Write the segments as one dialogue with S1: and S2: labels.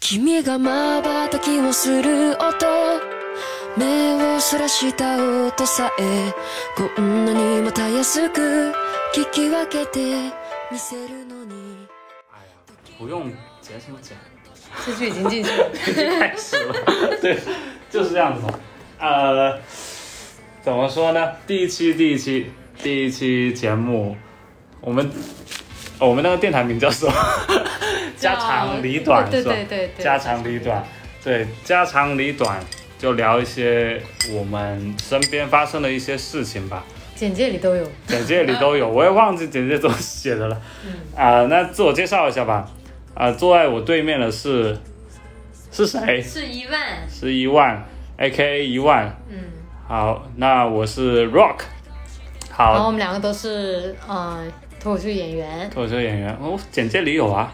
S1: 君が瞬きをする音目をそらした音さえこんなにもたやすく聞き分けて見せるのに
S2: 哎呀，不用剪什么 剪，
S3: 这句已经进去了。
S2: 开始了。 对，就是这样子嘛。呃，怎么说呢？第一期，第一期，第一期节目，我们、哦我们那个电台名叫 什么？家长里短，
S3: 对
S2: 是吧
S3: 对对对，
S2: 家长里短，对，家长里短，就聊一些我们身边发生的一些事情吧。
S3: 简介里都有。
S2: 简介里都有，
S3: 嗯
S2: 我也忘记简介怎么写的了。啊、那自我介绍一下吧。啊、坐在我对面的是是谁？
S3: 是一万，
S2: 是一万，A K A 一万。
S3: 嗯，
S2: 好，那我是 Rock。
S3: 然后我
S2: 好，
S3: 们两个都是呃脱口秀演员。
S2: 脱口秀演员，我、简介里有 啊，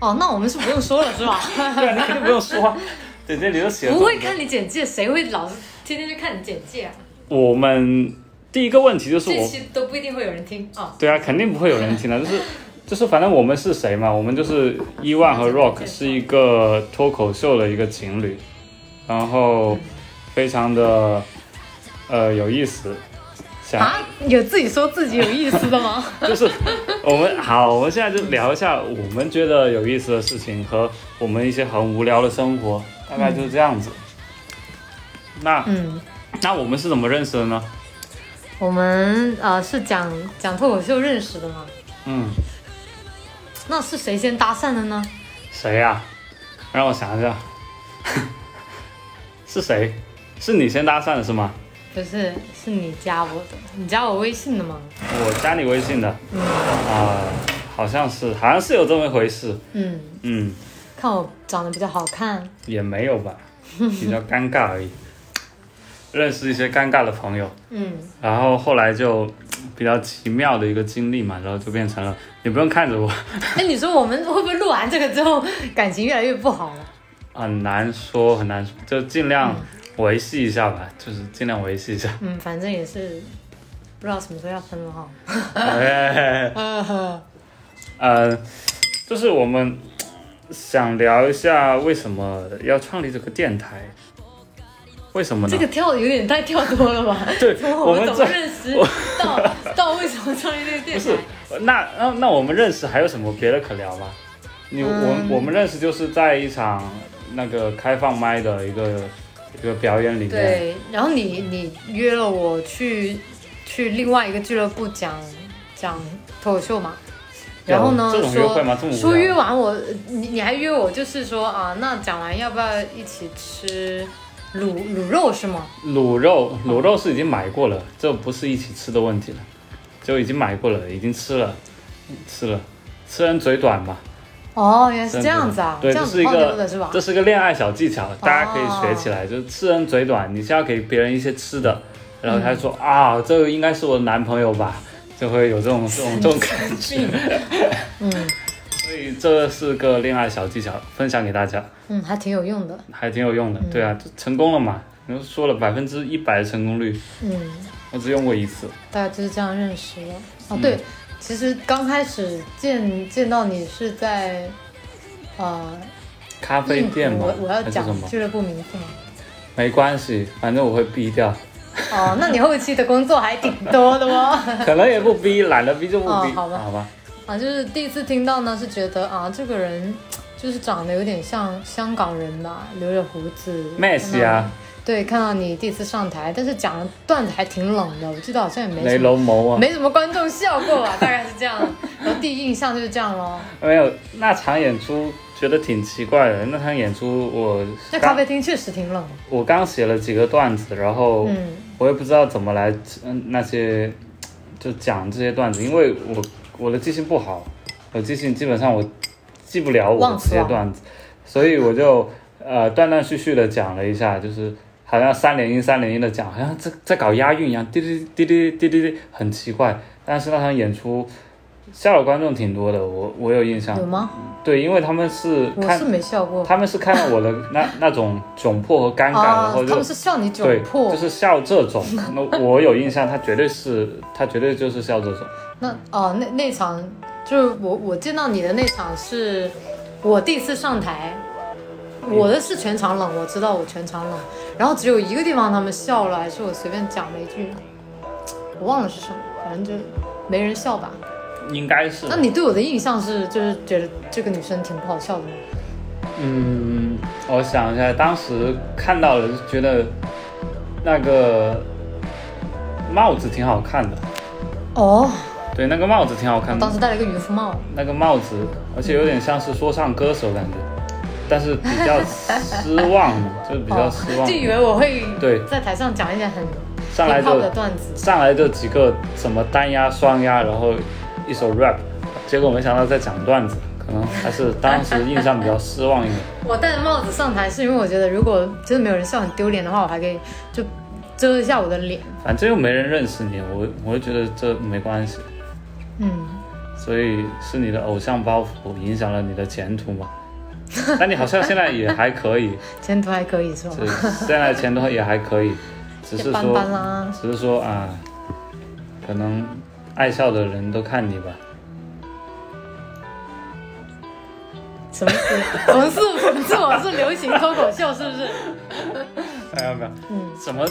S3: 哦，那我们是不用说了是吧？
S2: 对啊，你肯定不用说啊，简介里都写了。
S3: 不会看你简介，谁会老是天天去看你简介啊？
S2: 我们第一个问题就是
S3: 这
S2: 我
S3: 期都不一定会有人听哦。
S2: 对啊，肯定不会有人听的，就是就是，反正我们是谁嘛，我们就是伊万和 Rock 是一个脱口秀的一个情侣，然后非常的呃有意思，想
S3: 啊，有自己说自己有意思的吗？
S2: 就是我们好，我们现在就聊一下我们觉得有意思的事情和我们一些很无聊的生活，大概就是这样子。那
S3: 嗯，
S2: 那我们是怎么认识的呢？
S3: 我们呃是讲讲脱口秀认识的吗？
S2: 嗯，
S3: 那是谁先搭讪的呢？
S2: 谁呀、让我想一 下，是谁？是你先搭讪的是吗？
S3: 不是，是你加我的，你加我微信的吗？
S2: 我加你微信的，啊、好像是，好像是有这么一回事，
S3: 嗯，
S2: 嗯，
S3: 看我长得比较好看，
S2: 也没有吧，比较尴尬而已，认识一些尴尬的朋友，
S3: 嗯，
S2: 然后后来就嘖比较奇妙的一个经历嘛，然后就变成了，你不用看着我，
S3: 哎，你说我们会不会录完这个之后感情越来越不好了？
S2: 很难说很难说，就尽量维系一下吧，就是尽量维系一下，
S3: 嗯，反正也是不知道什么时候要分了哈。
S2: 哎
S3: 呃呵，
S2: 呃，就是我们嘖想聊一下为什么要创立这个电台，为什么呢？
S3: 这个跳的有点太跳多了吧？
S2: 对
S3: 从
S2: 我
S3: 我
S2: 们
S3: 们怎
S2: 这
S3: 么认识 到到为什么创立这个电
S2: 不是
S3: 台？，
S2: 那那那我们认识还有什么别的可聊吗？你、
S3: 嗯
S2: 我我们认识就是在一场那个开放麦的一个一个表演里面，
S3: 对，然后你你约了我去去另外一个俱乐部讲讲脱口秀嘛，
S2: 有
S3: 然后呢
S2: 这种约会吗？这么
S3: 说
S2: 无
S3: 说约
S2: 聊？
S3: 完我，你你还约我，就是说啊，那讲完要不要一起吃卤卤肉是吗？
S2: 卤肉卤肉是已经买过了，这不是一起吃的问题了，就已经买过了，已经吃了，吃了，吃人嘴短嘛，
S3: 哦，原来是这样子啊，
S2: 对
S3: 这样
S2: 这
S3: 子
S2: 是一
S3: 泡
S2: 个
S3: 妞的是吧？
S2: 这是个恋爱小技巧，大家可以学起来。就是吃人嘴短，你是要给别人一些吃的，然后他说、啊，这个应该是我的男朋友吧，就会有这种这种这种感觉。
S3: 嗯
S2: 所以这是个恋爱小技巧，分享给大家，
S3: 嗯，还挺有用的，
S2: 还挺有用的。对啊，就成功了嘛？你都说了百分之一百的成功率，
S3: 嗯。
S2: 我只用过一次。
S3: 大概就是这样认识的。哦，
S2: 嗯
S3: 对，其实刚开始见见到你是在，呃，
S2: 咖啡店嘛
S3: 嗯我，我要
S2: 还是
S3: 讲
S2: 什么？
S3: 俱乐部名字吗？
S2: 没关系，反正我会逼掉，
S3: 哦，那你后期的工作还挺多 的哦。
S2: 可能也不逼，懒得逼就不逼，
S3: 哦好吧
S2: 好吧。
S3: 啊，就是第一次听到呢，是觉得啊，这个人就是长得有点像香港人吧，留着胡子。
S2: 麦西啊，
S3: 对，看到你第一次上台，但是讲的段子还挺冷的，我记得好像也没
S2: 雷
S3: 什么
S2: 龙谋啊，
S3: 没什么观众笑过吧，大概是这样。然后第一印象就是这样 咯。
S2: 没有那场演出觉得挺奇怪的。那场演出我
S3: 那咖
S2: 刚
S3: 啡厅确实挺冷的。
S2: 我刚写了几个段子，然后
S3: 嗯
S2: 我也不知道怎么来嗯那些就讲这些段子，因为我我的记性不好，我记性基本上我记不了我
S3: 忘
S2: 的
S3: 词
S2: 这些
S3: 了
S2: 段子，所以我就呃断断续续的讲了一下，就是好像三连音三连音的讲，好像在在搞押韵一样，滴滴滴滴滴滴滴，很奇怪。但是那场演出笑的观众挺多的，我我有印象
S3: 有，吗？
S2: 对，因为他们是
S3: 我
S2: 啊看
S3: 是没笑过。
S2: 他们是看到我的那那种窘迫和尴尬，然
S3: 啊
S2: 后，就
S3: 他们是笑你
S2: 对
S3: 窘，迫。
S2: 就是笑这种。那我有印象，他绝对是，他绝对就是笑这种。
S3: 那哦，那那场就是我我见到你的那场是，我第一次上台，
S2: 嗯
S3: 我的是全场冷，我知道我全场冷，然后只有一个地方他们笑了，还是我随便讲了一句，我忘了是什么，反正就没人笑吧。
S2: 应该是。
S3: 那你对我的印象是，就是觉得这个女生挺不好笑的吗？
S2: 嗯，我想一下，当时看到了，就觉得那个帽子挺好看的，
S3: 哦，
S2: 对，那个帽子挺好看的
S3: 当，时戴了一个渔夫帽，
S2: 那个帽子，而且有点像是说唱歌手感觉，但是比较失望， 就比较失望
S3: 哦就，以为我会
S2: 对
S3: 在台上讲一点很
S2: 上来
S3: hip hop
S2: 就
S3: 的段子。
S2: 上来就几个什么单压、双压，然后一首 rap，结果没想到在讲段子，可能还是当时印象比较失望一 点。
S3: 我戴着帽子上台，是因为我觉得如果真的没有人笑很丢脸的话，我还可以就遮一下我的脸。
S2: 反正又没人认识你，我我就觉得这没关系。
S3: 嗯，
S2: 所以是你的偶像包袱影响了你的前途 吗？但你好像现在也还可以，
S3: 前途还可以是吧？
S2: 对，现在前途也还可以，只
S3: 也
S2: 是
S3: 般般
S2: 说，
S3: 啦。
S2: 只是说啊，可能爱笑的人都看你吧。
S3: 什么是？我们是我们是我是流行脱口秀是不是？
S2: 没有没有，
S3: 嗯，
S2: 怎么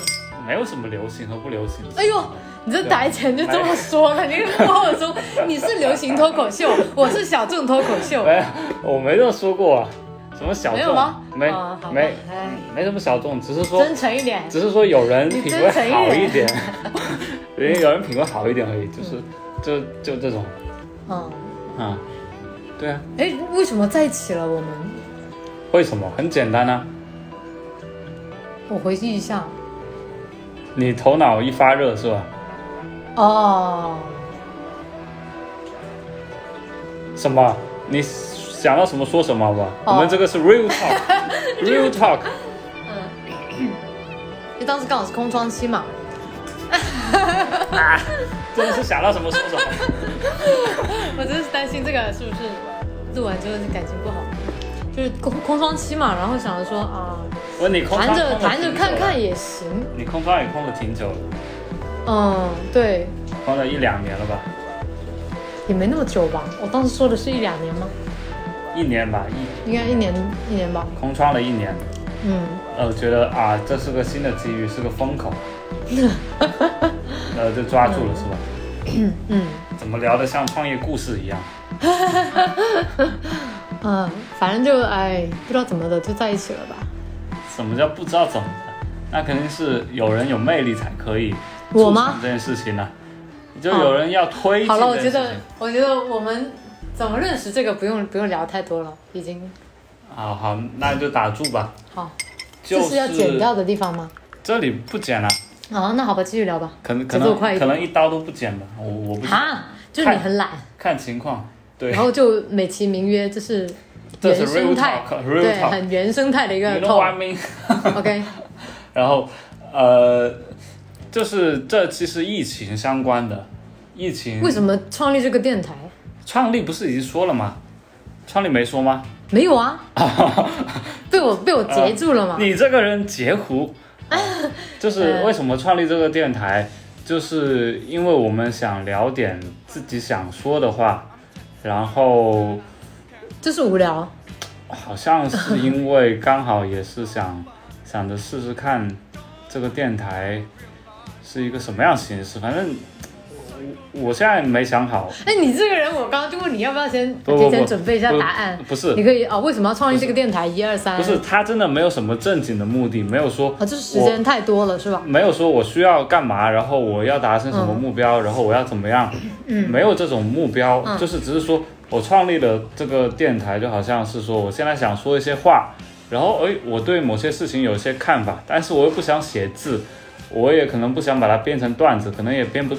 S2: 没有什么流行和不流行？
S3: 哎呦，你这台前就这么说了，你跟我说你是流行脱口秀，我是小众脱口秀，
S2: 没有，我没这么说过啊，什么小众？
S3: 没有吗？
S2: 没、
S3: 啊好吧
S2: 没
S3: 哎，
S2: 没什么小众，只是说
S3: 真诚一点。
S2: 只是说有人品味好一
S3: 你 真
S2: 点，人有人品味好一点而已，就是就就这种
S3: 嗯，
S2: 啊，对啊，
S3: 哎，为什么在一起了？我们
S2: 为什么？很简单啊，
S3: 我回忆一下。
S2: 你头脑一发热是吧？
S3: 哦，
S2: 什么？你想到什么说什么好吧？
S3: 哦
S2: 我们这个是 real talk，real talk，
S3: 因为当时刚好是空窗期嘛。
S2: 真的是想到什么说什 么。
S3: 我真是担心这个是不是录完之后感情不好，就是空空窗期嘛，然后想着说啊，
S2: 问你空
S3: 谈
S2: 窗
S3: 着
S2: 空了
S3: 谈着
S2: 挺久
S3: 看
S2: 了
S3: 看，也行。
S2: 你空窗也空了挺久了，
S3: 嗯，对，
S2: 空了一两年了吧？
S3: 也没那么久吧。我当时说的是一两年吗？
S2: 一年吧，一
S3: 应该一年一年吧。
S2: 空窗了一年，
S3: 嗯，
S2: 呃，我觉得啊，这是个新的机遇，是个风 口，呃，就抓住了是吧？
S3: 嗯
S2: 怎么聊得像创业故事一样？
S3: 嗯，反正就哎，不知道怎么的就在一起了吧。
S2: 什么叫不知道怎么的？那肯定是有人有魅力才可以
S3: 我
S2: 促
S3: 吗啊
S2: 成这件事情呢、就有人要推进
S3: 好了，我
S2: 这
S3: 觉
S2: 件事情
S3: 得我觉得我们怎么认识这个不用不用聊太多了，已经
S2: 好好，那就打住吧。
S3: 好。
S2: 就
S3: 这是要剪掉的地方吗？
S2: 这里不剪了、
S3: 啊，那好吧，继续聊吧。
S2: 可能可
S3: 节奏
S2: 能
S3: 快一
S2: 可
S3: 点
S2: 能一刀都不剪吧，我我不
S3: 啊，就是你很懒，
S2: 看情况。对
S3: 然，后就美其名曰这是
S2: 这是 real
S3: 原生态
S2: talk，real
S3: 对，
S2: talk。
S3: 很原生态的一
S2: You
S3: 个
S2: know what I
S3: talk。
S2: mean？
S3: OK，
S2: 然后呃，就是这期是疫情相关的，疫情
S3: 为什么创立这个电台？
S2: 创立不是已经说了吗？创立没说吗？
S3: 没 有啊，被我被我截住了嘛。
S2: 呃你这个人截胡，
S3: 啊
S2: 就是
S3: 嗯
S2: 为什么创立这个电台，就是因为我们想聊点自己想说的话，然后
S3: 就是无聊，
S2: 好像是因为刚好也是想 想着试试看这个电台是一个什么样的形式，反正我我现在没想 好，
S3: 哎，你这个人，我刚刚就问你要不要先
S2: 不不
S3: 提
S2: 不
S3: 前准备一下答案
S2: 不。不 是
S3: 你可以啊、为什么要创立这个电台？一二三，
S2: 不是，他真的没有什么正经的目的，没有说
S3: 啊，就是时间太多了，是吧？
S2: 没有说我需要干嘛，然后我要达成什么
S3: 嗯
S2: 目标，然后我要怎么样，没有这种目标，
S3: 嗯
S2: 就是只是说我创立了这个电台，就好像是说我现在想说一些话，然后哎，我对某些事情有一些看法，但是我又不想写字，我也可能不想把它编成段子，可能也编不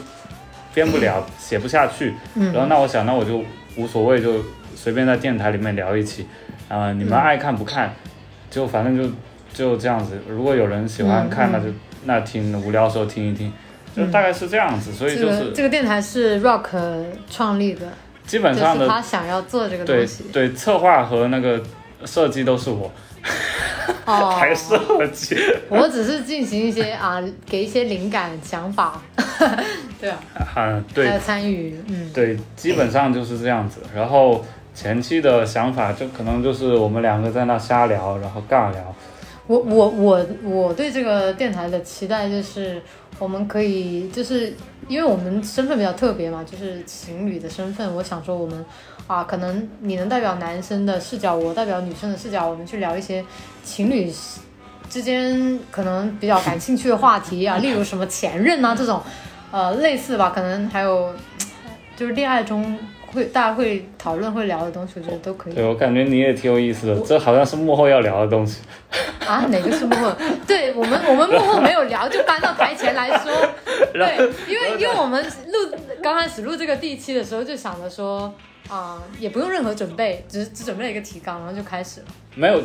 S2: 编不了，写不下去，
S3: 嗯
S2: 然后那我想，那我就无所谓，就随便在电台里面聊一期，啊、你们爱看不看，
S3: 嗯
S2: 就反正就就这样子。如果有人喜欢
S3: 嗯
S2: 看，那就那听，无聊的时候听一听，就大概是这样子。所以
S3: 这
S2: 就
S3: 个这
S2: 是
S3: 个电台是 Rock 创立的，
S2: 基本
S3: 就
S2: 上
S3: 是
S2: 的
S3: 他想要做这个
S2: 对
S3: 东西。
S2: 对策划和那个设计都是我，
S3: 哦，
S2: 还设计，
S3: 我只是进行一些啊，给一些灵感、想法， 对啊，
S2: 啊
S3: 还
S2: 对
S3: 有参与，嗯，
S2: 对，基本上就是这样子。然后。前期的想法就可能就是我们两个在那瞎聊，然后尬聊，
S3: 我我我我对这个电台的期待就是，我们可以就是因为我们身份比较特别嘛，就是情侣的身份，我想说我们啊，可能你能代表男生的视角，我代表女生的视角，我们去聊一些情侣之间可能比较感兴趣的话题啊，例如什么前任啊这种，呃，类似吧，可能还有就是恋爱中会大家会讨论会聊的东西，我觉得都可以。
S2: 对我感觉你也挺有意思嗯的，这好像是幕后要聊的东西。
S3: 啊，哪个是幕后？ 对我们，我们幕后没有聊，就搬到台前来说。
S2: 然后
S3: 对，因为因为我们录刚开始录这个第一期的时候，就想着说啊、也不用任何准备，只只准备了一个提纲，然后就开始了。
S2: 没有，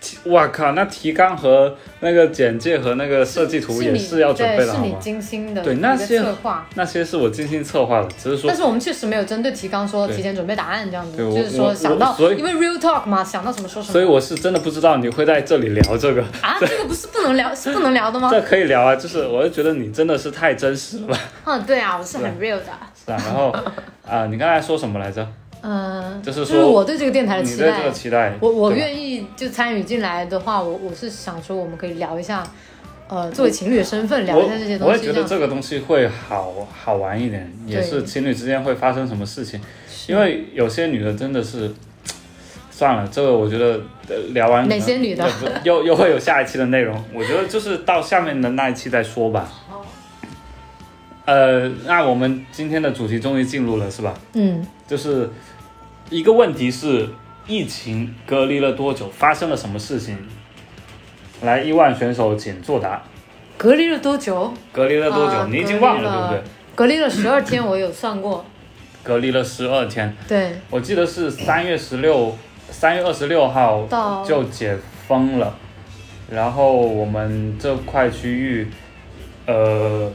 S2: 提哇靠，那提纲和那个简介和那个设计图
S3: 是
S2: 也
S3: 你
S2: 是要准备
S3: 对，
S2: 的
S3: 是
S2: 好
S3: 你
S2: 吗？
S3: 精心的
S2: 对
S3: 一
S2: 那
S3: 个
S2: 些
S3: 策划。
S2: 那些是我精心策划的，只是说
S3: 但是我们确实没有针对提纲说
S2: 对
S3: 提前准备答案这样子，
S2: 对我
S3: 就是
S2: 我
S3: 说想
S2: 我
S3: 到，
S2: 所以
S3: 因为 real talk 嘛，想到什么说什么。
S2: 所以我是真的不知道你会在这里聊这个，
S3: 啊，这个不是不能聊，是不能聊的吗
S2: 这？可以聊啊。就是我就觉得你真的是太真实了，
S3: 嗯，对啊，我是很 real 的。
S2: 是啊。然后 啊、你刚才说什么来着？
S3: 嗯，
S2: 就是
S3: 就是
S2: 说
S3: 我对这个电台的
S2: 你
S3: 期
S2: 对
S3: 待。
S2: 这个期待，
S3: 我我
S2: 对吧
S3: 愿意就参与进来的话，我我是想说，我们可以聊一下，呃，作为情侣的身份聊一下这些
S2: 我
S3: 东
S2: 也
S3: 西，
S2: 觉
S3: 这
S2: 得
S3: 样
S2: 这个东西会好好玩一点，也是情侣之间会发生什么事情，因为有些女的真的是，算了，这个我觉得、呃聊完
S3: 哪些女的
S2: 可能又又会有下一期的内容，我觉得就是到下面的那一期再说吧。
S3: 哦
S2: 呃，那我们今天的主题终于进入了，是吧？
S3: 嗯，
S2: 就是一个问题是疫情隔离了多久，发生了什么事情？来，一万选手请作答。
S3: 隔离了多久？
S2: 隔离了多久？
S3: 啊
S2: 你已经忘了
S3: 隔离了
S2: 对不对？
S3: 隔离了十二天，我有算过，
S2: 隔离了十二天，
S3: 对，
S2: 我记得是三月十六、三月二十六号
S3: 到
S2: 就解封了，然后我们这块区域，呃，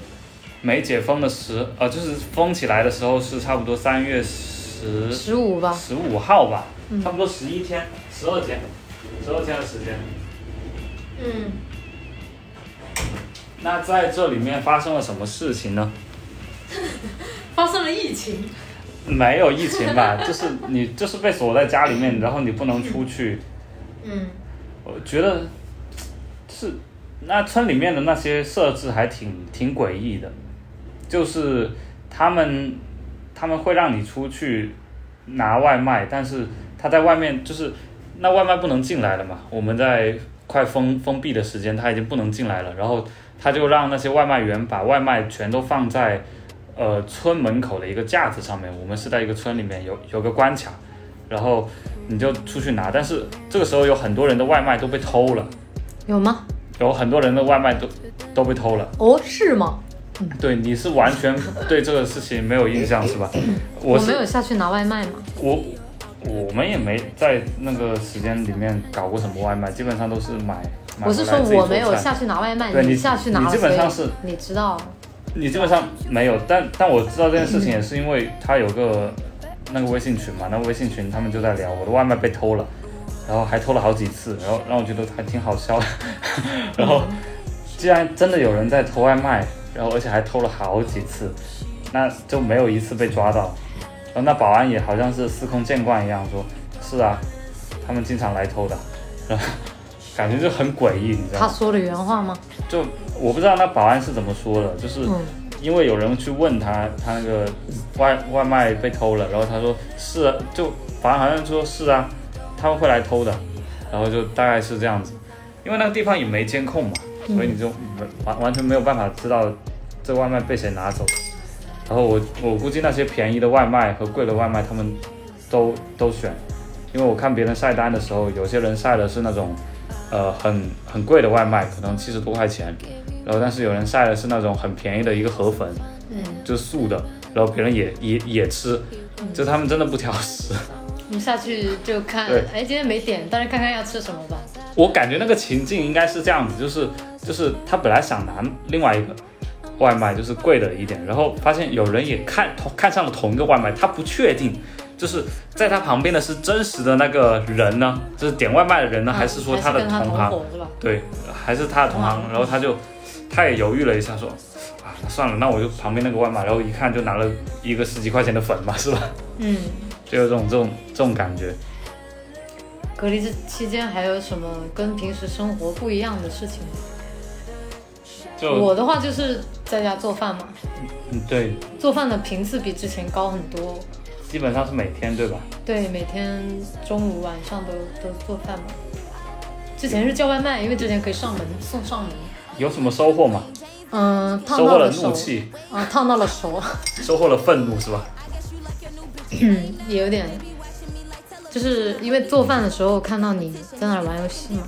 S2: 没解封的时，呃，就是封起来的时候是差不多三月十
S3: 十五吧，
S2: 十五号吧，
S3: 嗯
S2: 差不多十一天、十二天、十二天的时间。
S3: 嗯，
S2: 那在这里面发生了什么事情呢？
S3: 发生了疫情，
S2: 没有疫情吧，就是你就是被锁在家里面，然后你不能出去。
S3: 嗯，
S2: 我觉得是那村里面的那些设置还挺挺诡异的，就是他们他们会让你出去拿外卖，但是他在外面就是那外卖不能进来了嘛，我们在快封封闭的时间他已经不能进来了，然后他就让那些外卖员把外卖全都放在。呃，村门口的一个架子上面，我们是在一个村里面有有个关卡，然后你就出去拿。但是这个时候有很多人的外卖都被偷了，
S3: 有吗？
S2: 有很多人的外卖都都被偷了。
S3: 哦，是吗？
S2: 对，你是完全对这个事情没有印象是 吧？
S3: 我
S2: 我是
S3: 没有下去拿外卖嘛，
S2: 我我们也没在那个时间里面搞过什么外卖，基本上都是买买
S3: 我是
S2: 回来
S3: 说
S2: 自己
S3: 我
S2: 做
S3: 没有
S2: 菜
S3: 下去拿外卖，
S2: 对你
S3: 下去拿了，
S2: 你基本上
S3: 所以你知道，
S2: 你基本上没有，但但我知道这件事情也是因为他有个那个微信群嘛，那个微信群他们就在聊我的外卖被偷了，然后还偷了好几次，然后让我觉得还挺好笑的。 然后既然真的有人在偷外卖，然后而且还偷了好几次，那就没有一次被抓到。然后那保安也好像是司空见惯一样说，是啊，他们经常来偷的， 然后感觉就很诡异，你知道
S3: 他
S2: 吗？
S3: 说的原话吗？
S2: 就我不知道那保安是怎么说的，就是。
S3: 嗯，
S2: 因为有人去问他，他那个外外卖被偷了，然后他说是啊，就反正好像说是啊，他们会来偷的，然后就大概是这样子，因为那个地方也没监控嘛，所以你就没完完全没有办法知道这外卖被谁拿走。然后我我估计那些便宜的外卖和贵的外卖他们都都选，因为我看别人晒单的时候，有些人晒的是那种呃很很贵的外卖，可能七十多块钱，然后但是有人晒的是那种很便宜的一个河粉，
S3: 嗯，
S2: 就是素的，然后别人也也也吃，就他们真的不挑食。
S3: 我们下去就看
S2: 对，
S3: 哎，今天没点，但是看看要吃什么吧。
S2: 我感觉那个情境应该是这样子，就是就是他本来想拿另外一个外卖，就是贵的一点，然后发现有人也看同看上了同一个外卖，他不确定。就是在他旁边的是真实的那个人呢，就是点外卖的人呢，还是说
S3: 他
S2: 的
S3: 跟他
S2: 同
S3: 同
S2: 行？
S3: 嗯伙是吧？
S2: 对，还是他的同行，然后他就他也犹豫了一下，说啊， 那算了，那我就旁边那个外卖，然后一看就拿了一个十几块钱的粉嘛，是吧？
S3: 嗯，
S2: 就有种这种这种感觉。
S3: 隔离这期间还有什么跟平时生活不一样的事情吗？
S2: 就呃
S3: 我的话就是在家做饭嘛，
S2: 嗯对，
S3: 做饭的频次比之前高很多。
S2: 基本上是每天对吧？
S3: 对，每天中午晚上都都做饭嘛。之前是叫外卖，因为之前可以上门送上门。
S2: 有什么收获吗？
S3: 嗯，烫
S2: 收
S3: 到
S2: 获了
S3: 了手
S2: 怒，气，
S3: 啊，烫到了手，
S2: 收获了愤怒是吧？
S3: 嗯， 也有点，就是因为做饭的时候看到你在那儿玩游戏嘛，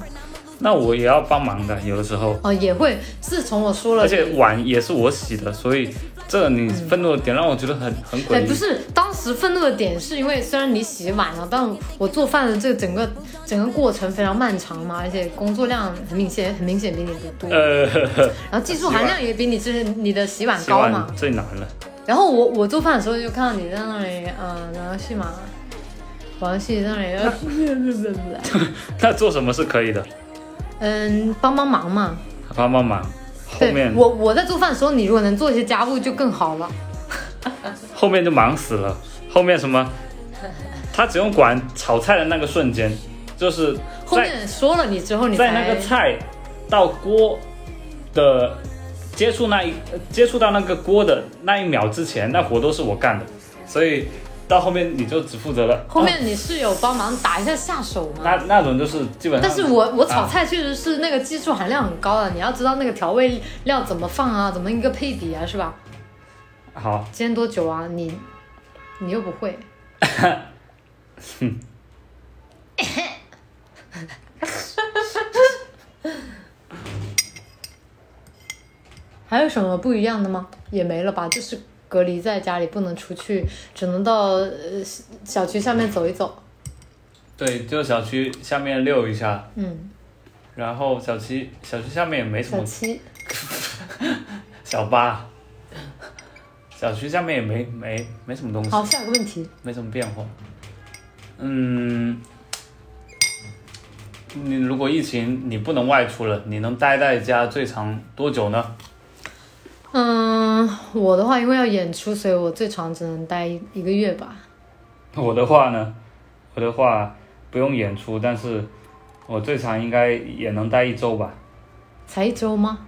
S2: 那我也要帮忙的，有的时候，
S3: 哦，也会。自从我说了，
S2: 而且碗也是我洗的，所以这你愤怒的点让我觉得很很
S3: 哎，
S2: 诡
S3: 不
S2: 异。
S3: 是，当时愤怒的点是因为虽然你洗碗了，但我做饭的这个整个整个过程非常漫长嘛，而且工作量很明显很明显比你的多，
S2: 呃，
S3: 然后技术含量也比你之前你的洗碗
S2: 洗
S3: 高嘛
S2: 碗。最难了，
S3: 然后我我做饭的时候就看到你在那里嗯玩游戏嘛，玩游戏在那里 呃
S2: 那做什么是可以的？
S3: 嗯帮帮忙嘛。
S2: 帮帮忙。后
S3: 对
S2: 面，
S3: 我我在做饭的时候，你如果能做一些家务就更好了。
S2: 后面就忙死了。后面什么？他只用管炒菜的那个瞬间，就是
S3: 后
S2: 在
S3: 面说了你之后，你
S2: 在
S3: 才
S2: 那个菜到锅的接触那一接触到那个锅的那一秒之前，那活都是我干的，所以到后面你就只负责了。
S3: 后
S2: 啊
S3: 面你是有帮忙打一下下手吗？
S2: 那那种就是基本上，
S3: 但是我我炒
S2: 啊
S3: 菜确实是那个技术含量很高的，你要知道那个调味料怎么放啊，怎么一个配比啊，是吧？
S2: 好，
S3: 煎多久啊？你你又不会， 还有什么不一样的吗？也没了吧，就是隔离在家里不能出去，只能到呃小小区下面走一走。
S2: 对，就小区下面溜一下，
S3: 嗯，
S2: 然后小区小区下面也没什
S3: 小
S2: 么
S3: 七，
S2: 小巴，小区下面也没没没什么东西，
S3: 好，下一个问题，
S2: 没什么变化。嗯，你如果疫情你不能外出了，你能待在家最长多久呢？
S3: 嗯，我的话因为要演出，所以我最长只能待一一个月吧。
S2: 我的话呢，我的话不用演出，但是我最长应该也能待一周吧，
S3: 才一周吗？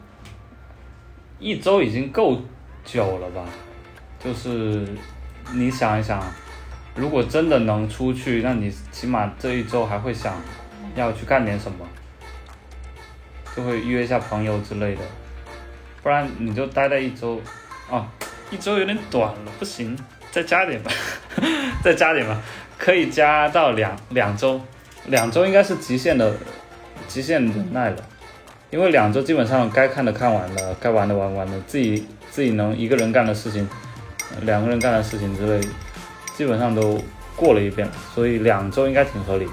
S2: 一周已经够久了吧？就是你想一想，如果真的能出去，那你起码这一周还会想要去干点什么，就会约一下朋友之类的，不然你就待在一周，哦，一周有点短了，不行，再加点吧， 再加点吧，可以加到两两周，两周应该是极限的，极限忍耐了。因为两周基本上该看的看完了，该玩的玩完了，自己自己能一个人干的事情，呃两个人干的事情之类，基本上都过了一遍了，所以两周应该挺合理的。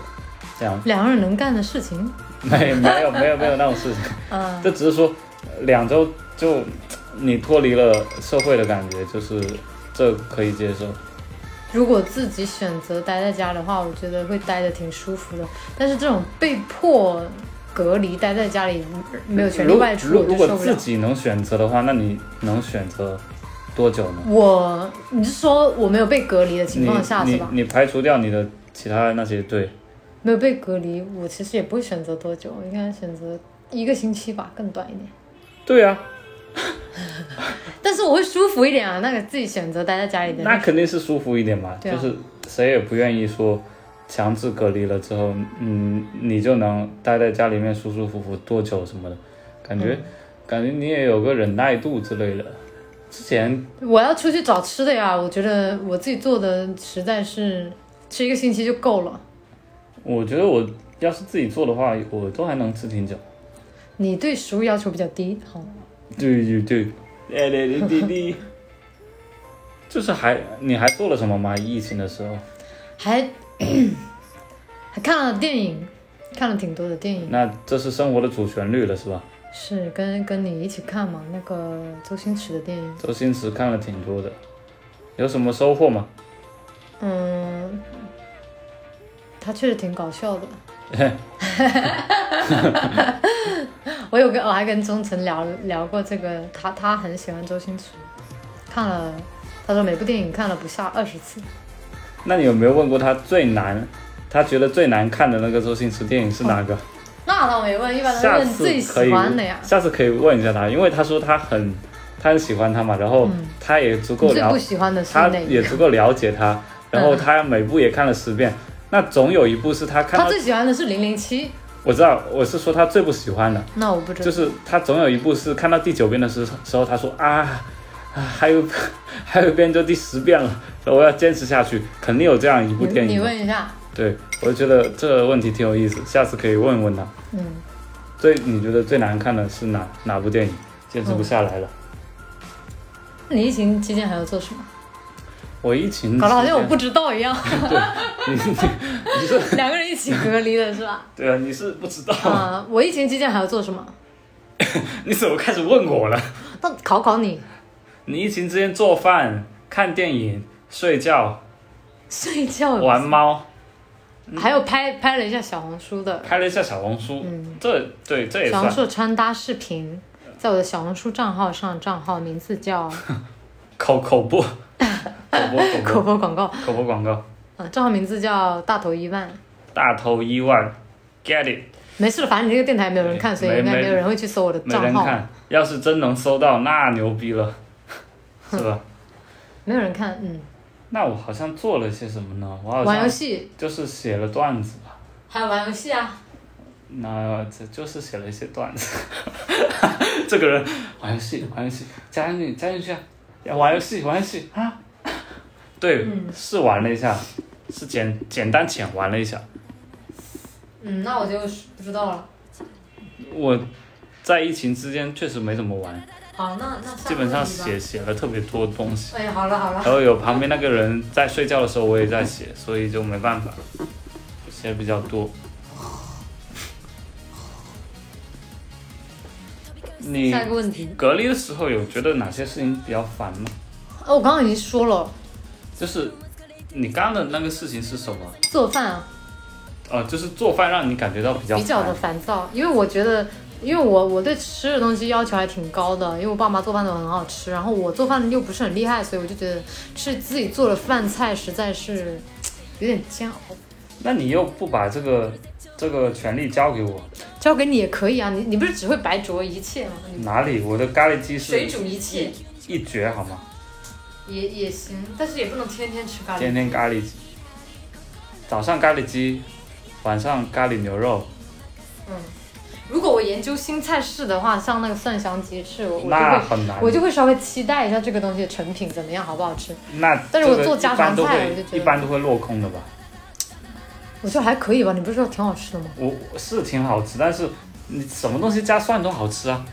S2: 这样
S3: 两个人能干的事情，
S2: 没没有没有没有那种事情，
S3: 嗯，
S2: 这只是说呃两周就你脱离了社会的感觉，就是这可以接受。
S3: 如果自己选择待在家的话，我觉得会待的挺舒服的。但是这种被迫隔离待在家里，没有权利
S2: 如
S3: 外出，
S2: 如
S3: 我
S2: 如
S3: 就
S2: 果
S3: 受不
S2: 自
S3: 了。
S2: 己能选择的话，那你能选择多久呢？
S3: 我，你是说我没有被隔离的情
S2: 你
S3: 况下是
S2: 你
S3: 吧？
S2: 你排除掉你的其他的那些对。
S3: 没有被隔离，我其实也不会选择多久，我应该选择一个星期吧，更短一点。
S2: 对啊，
S3: 但是我会舒服一点啊，那个自己选择待在家里的。
S2: 那肯定是舒服一点嘛，
S3: 对
S2: 就
S3: 啊
S2: 是谁也不愿意说强制隔离了之后，嗯，你就能待在家里面舒舒服服多久什么的，感觉、
S3: 嗯
S2: 感觉你也有个忍耐度之类的。之前
S3: 我要出去找吃的呀，我觉得我自己做的实在是吃一个星期就够了。
S2: 我觉得我要是自己做的话，我都还能吃挺 久。
S3: 你对食物要求比较低，好，
S2: 对对对，哎对对对对，就是还你还做了什么吗？疫情的时候，
S3: 还 还看了电影，看了挺多的电影，
S2: 那这是生活的主旋律了是吧？
S3: 是跟跟你一起看嘛？那个周星驰的电影，
S2: 周星驰看了挺多的，有什么收获吗？
S3: 嗯，他确实挺搞笑 的。我有跟我还跟钟晨聊聊过这个，他他很喜欢周星驰，看了，他说每部电影看了不下二十次。
S2: 那你有没有问过他最难，他觉得最难看的那个周星驰电影是哪个？
S3: 那倒没问，一般都是
S2: 下
S3: 哦问
S2: 次
S3: 最
S2: 可以
S3: 喜欢的呀，
S2: 下次可以问一下他，因为他说他很他很喜欢他嘛，然后
S3: 嗯
S2: 他也足够
S3: 你最
S2: 了，
S3: 不喜欢的是
S2: 他
S3: 哪一
S2: 也
S3: 个？
S2: 足够了解他，然后
S3: 嗯
S2: 他每部也看了十遍。那总有一部是他看
S3: 他
S2: 到，
S3: 最喜欢的是零零七，
S2: 我知道，我是说他最不喜欢的，
S3: 那我不知道。
S2: 就是他总有一部是看到第九遍的时时候，他说啊啊，还有 还有一遍就第十遍了，然后我要坚持下去，肯定有这样一部
S3: 你
S2: 电
S3: 你
S2: 影。
S3: 问一下，
S2: 对，我就觉得这个问题挺有意思，下次可以问问他。
S3: 嗯，
S2: 最你觉得最难看的是哪哪部电影？坚持不下来了。
S3: 嗯那你疫情期间还要做什么？
S2: 我疫情
S3: 搞得好像我
S2: 期
S3: 不知 道一样，
S2: 间你你是
S3: 两个人一起隔离的是吧？
S2: 对啊，你是不知道，
S3: 啊、我疫情期间还要做什么？
S2: 你怎么开始问我了？
S3: 那考考你，
S2: 你疫情之间做饭、看电影、睡觉、
S3: 睡觉
S2: 玩猫，
S3: 还有拍拍了一下小红书的
S2: 开了一下小红书，
S3: 嗯
S2: 这对这也
S3: 小红
S2: 算
S3: 书的穿搭视频，在我的小红书账号上，账号名 字叫
S2: 口口 播，口播口
S3: 口
S2: 播
S3: 播广告，
S2: 口播广告，
S3: 啊，账号名字叫大头一万。
S2: 大头一万，get it。
S3: 没事了，反正你这个电台没有人看，所以
S2: 没
S3: 应该
S2: 没
S3: 没有人会去搜我的
S2: 没
S3: 账
S2: 人
S3: 号，
S2: 看，要是真能搜到，那牛逼了，是吧？
S3: 没有人看。嗯，
S2: 那我好像做了些什么呢？我好
S3: 玩游
S2: 像
S3: 戏，
S2: 就是写了段子吧，
S3: 还有玩游戏啊，
S2: 那这就是写了一些段子。 这个人玩游戏，玩游戏，加进去，加进去啊！要玩游戏，玩游戏啊！ 对，
S3: 嗯
S2: 是玩了一下，是简简单浅玩了一下。
S3: 嗯，那我就不知道了。
S2: 我在疫情之间确实没怎么玩，
S3: 好，那那
S2: 基本上写。写了特别多东西。
S3: 哎，好了好了，
S2: 然后有旁边那个人在睡觉的时候，我也在写，所以就没办法，写的比较多。你
S3: 下一个问题。
S2: 隔离的时候有觉得哪些事情比较烦吗？
S3: 哦，我刚刚已经说了，
S2: 就是你刚刚的那个事情是什么？
S3: 做饭啊
S2: 呃，就是做饭让你感觉到比较
S3: 比较的
S2: 烦
S3: 烦躁，因为我觉得，因为我我对吃的东西要求还挺高的，因为我爸妈做饭都很好吃，然后我做饭又不是很厉害，所以我就觉得吃自己做的饭菜实在是有点煎熬。
S2: 那你又不把这个这个权利交给我，
S3: 交给你也可以啊，你你不是只会白灼一切吗？你
S2: 哪里？我的咖喱鸡是
S3: 水煮一切
S2: 一绝好吗？
S3: 也也行，但是也不能天天吃咖
S2: 天
S3: 喱。
S2: 天咖喱鸡，早上咖喱鸡，晚上咖喱牛肉。
S3: 如果我研究新菜式的话，像那个蒜香鸡翅，我我就
S2: 那
S3: 会。
S2: 很难，
S3: 我就会稍微期待一下这个东西的成品怎么样，好不好吃？
S2: 那
S3: 但是
S2: 这
S3: 我
S2: 个
S3: 做
S2: 一
S3: 家
S2: 般
S3: 常
S2: 都
S3: 菜
S2: 会
S3: 我就觉
S2: 一
S3: 得
S2: 般都会落空的吧？
S3: 我觉得还可以吧，你不是说挺好吃的吗？
S2: 我我是挺好吃，但是你什么东西加蒜都好吃啊，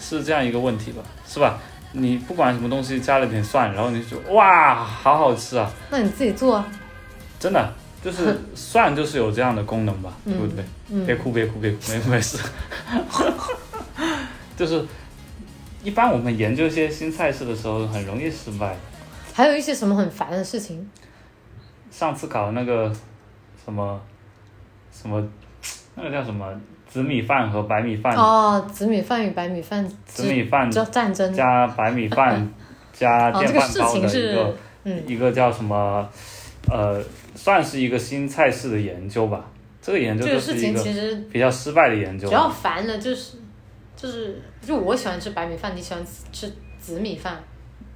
S2: 是这样一个问题吧？是吧？你不管什么东西加了点蒜，然后你就哇，好好吃啊！
S3: 那你自己做啊。
S2: 真的就是 蒜就是有这样的功能吧？对不对？
S3: 嗯
S2: 别哭别哭别哭，没没事， 就是。一般我们研究一些新菜式的时候，很容易失败。
S3: 还有一些什么很烦的事情，
S2: 上次搞那个什么什么，那个叫什么紫米饭和白米饭，
S3: 哦，紫米饭与白米饭
S2: 紫米饭
S3: 叫战争，
S2: 加白米 饭加
S3: 哦，
S2: 电
S3: 这个
S2: 饭
S3: 事
S2: 煲的
S3: 情
S2: 一
S3: 是
S2: 个，
S3: 嗯，
S2: 一个叫什么，呃，算是一个新菜式的研究吧。这个研究
S3: 这
S2: 就
S3: 个事
S2: 是一
S3: 情
S2: 个
S3: 其实
S2: 比较失败的研究
S3: 只。要烦了就是就是就我喜欢吃白米饭，你喜欢吃紫米饭，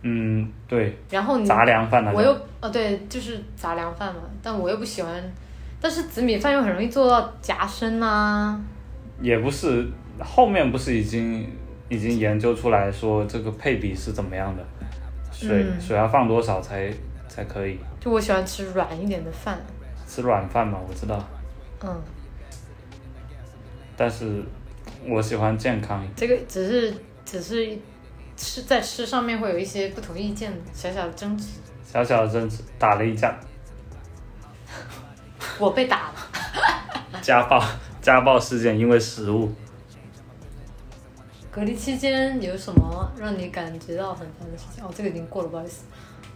S2: 嗯，对，
S3: 然后你
S2: 杂粮饭那啊
S3: 我又
S2: 种，
S3: 哦对，就是杂粮饭嘛，但我又不喜欢，但是紫米饭又很容易做到夹生啊，
S2: 也不是后面不是已经已经研究出来说这个配比是怎么样的，水、
S3: 嗯
S2: 水要放多少才才可以。
S3: 就我喜欢吃软一点的饭，
S2: 吃软饭嘛，我知道，
S3: 嗯，
S2: 但是我喜欢健康一点。
S3: 这个只是只是吃在吃上面会有一些不同意见，小小的争执。
S2: 小小的争执打了一架，
S3: 我被打了。
S2: 家暴 家暴事件因为食物。
S3: 隔离期间有什么让你感觉到很烦的事情？哦，这个已经过了，不好意思。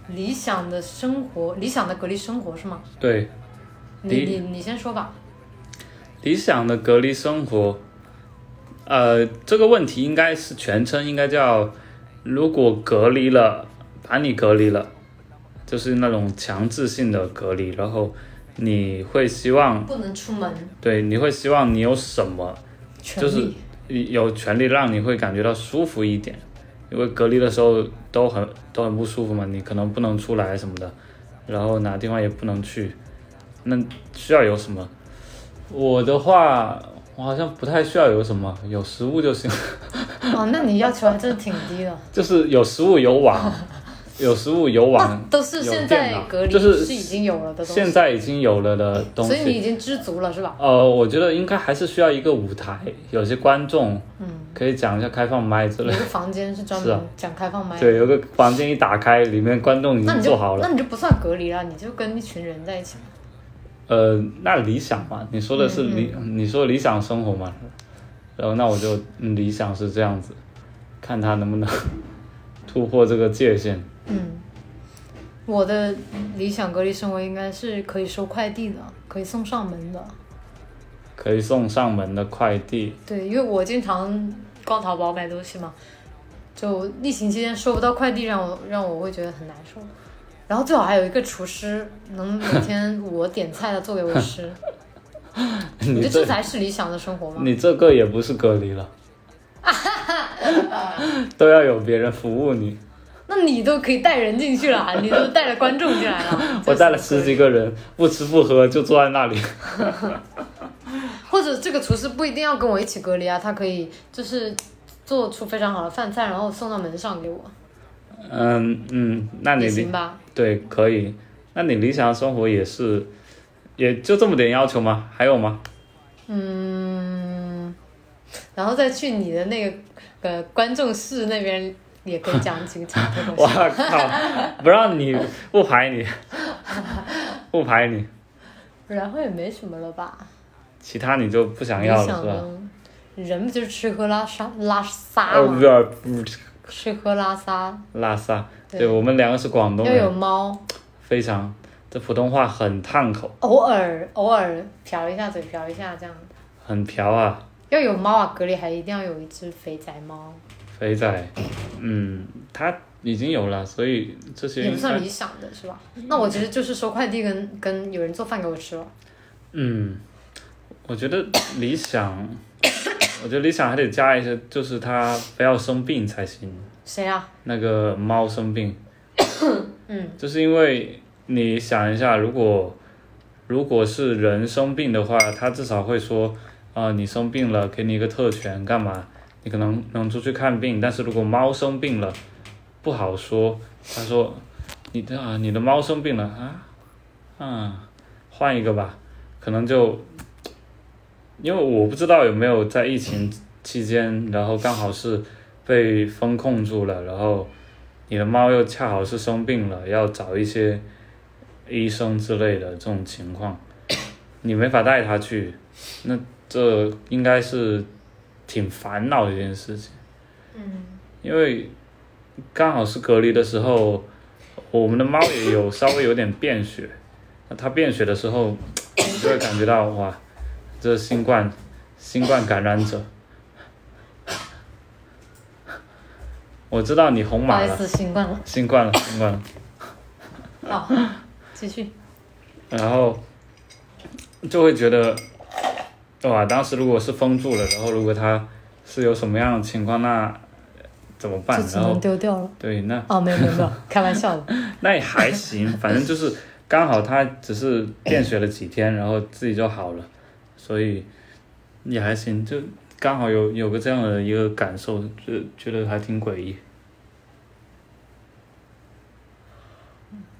S3: 理想的生活，理想的隔离生活是吗？
S2: 对，
S3: 你
S2: 理
S3: 你你先说吧。
S2: 理想的隔离生活，呃，这个问题应该是全称应该叫，如果隔离了，把你隔离了，就是那种强制性的隔离，然后你会希望
S3: 不能出门，
S2: 对，你会希望你有什么
S3: 权
S2: 就是
S3: 利
S2: 有权利让你会感觉到舒服一点，因为隔离的时候都很都很不舒服嘛，你可能不能出来什么的，然后哪地方也不能去，那需要有什么？我的话，我好像不太需要有什么，有食物就行，
S3: 哦，那你要求还真的挺低的。
S2: 就是有食物有网，有食物有
S3: 那
S2: 网，
S3: 啊 都是
S2: 嗯
S3: 现
S2: 有电
S3: 在
S2: 脑
S3: 隔离
S2: 就是
S3: 已经有了的东
S2: 现
S3: 西，
S2: 在已经有了的东
S3: 所以你
S2: 西。
S3: 已经知足了是吧？
S2: 呃，我觉得应该还是需要一个舞台，有些观众
S3: 嗯，
S2: 可以讲一下开放麦之
S3: 有
S2: 类的
S3: 一个房间是专
S2: 是啊
S3: 门讲开放麦的，
S2: 对，有个房间一打开，里面观众已
S3: 那
S2: 经
S3: 你
S2: 坐
S3: 就
S2: 好
S3: 那
S2: 了。
S3: 你就不算隔离了，你就跟一群人在一起。
S2: 呃，那理想嘛，你说的是理，
S3: 嗯
S2: 你说理想生活嘛，然后那我就、嗯理想是这样子，看他能不 能突破这个界限。
S3: 嗯，我的理想隔离生活应该是可以收快递的，可以送上门的。
S2: 可以送上门的快递，
S3: 对，因为我经常逛淘宝买东西嘛，就疫情期间收不到快递，让我让我会觉得很难受。然后最好还有一个厨师，能每天我点菜他做给我吃，你
S2: 你
S3: 觉得这
S2: 这
S3: 才是理想的生活吗？
S2: 你这个也不是隔离 了，都要有别人服务你。，
S3: 那你都可以带人进去了，啊你都带了观众进来了
S2: 我带了十几个人，不吃不喝就坐在那里。
S3: 或者这个厨师不一定要跟我一起隔离啊，他可以就是做出非常好的饭菜，然后送到门上给我，
S2: 嗯嗯，那你
S3: 也
S2: 理
S3: 行吧？
S2: 对，可以。那你理想的生活也是，也就这么点要求吗？还有 吗？
S3: 嗯，然后再去你的那个呃观众室那边也可以讲几个讲脱
S2: 我
S3: 口秀。
S2: 靠，不让你不排你，不排你，
S3: 然后也没什么了吧？
S2: 其他你就不想
S3: 理
S2: 要了
S3: 想
S2: 是吧？
S3: 中，人不就是吃喝拉撒拉撒
S2: 呃，
S3: 吗
S2: 不？是不是，
S3: 吃喝拉撒
S2: 拉萨，对
S3: 对
S2: 我们两个是广东
S3: 要有
S2: 人，
S3: 猫，
S2: 非常这普通话很烫口，
S3: 偶尔偶尔瞟一下嘴，瞟一下这样。
S2: 很瓢啊，
S3: 要有猫啊，隔离还一定要有一只肥宅猫，
S2: 肥仔，嗯，他已经有了，所以这些
S3: 也不
S2: 应
S3: 算
S2: 该
S3: 理想的是吧？那我其实就是收快递跟跟有人做饭给我吃了。
S2: 嗯，我觉得理想， 我觉得理想还得加一些，就是它不要生病才行。
S3: 谁啊？
S2: 那个猫生病，
S3: 嗯，
S2: 就是因为你想一下，如果如果是人生病的话，它至少会说啊、你生病了，给你一个特权干嘛？你可能能出去看病，但是如果猫生病了，不好说。他说你的啊，你的猫生病了啊，啊，换一个吧，可能就因为我不知道有没有在疫情期间，然后刚好是被封控住了，然后你的猫又恰好是生病了，要找一些医生之类的这种情况， 你没法带它去，那这应该是挺烦恼的一件事情。
S3: 嗯，
S2: 因为刚好是隔离的时候，我们的猫也有稍微有点便血，那它便血的时候，你就会感觉到哇，这新冠新冠感染者。 我知道你红
S3: 不
S2: 码
S3: 好意
S2: 了，
S3: 思，新冠了。
S2: 新冠了，新冠了。
S3: 好，继续。
S2: 然后就会觉得，哇，当时如果是封住了，然后如果它是有什么样的情况，那呃怎么办
S3: 就？只
S2: 然后
S3: 能丢掉了。
S2: 对，那
S3: 哦，没有没有没有，开玩笑的。
S2: 那也还行，反正就是刚好他只是便血了几天，然后自己就好了，所以也还行，就刚好有有个这样的一个感受，就觉得还挺诡异。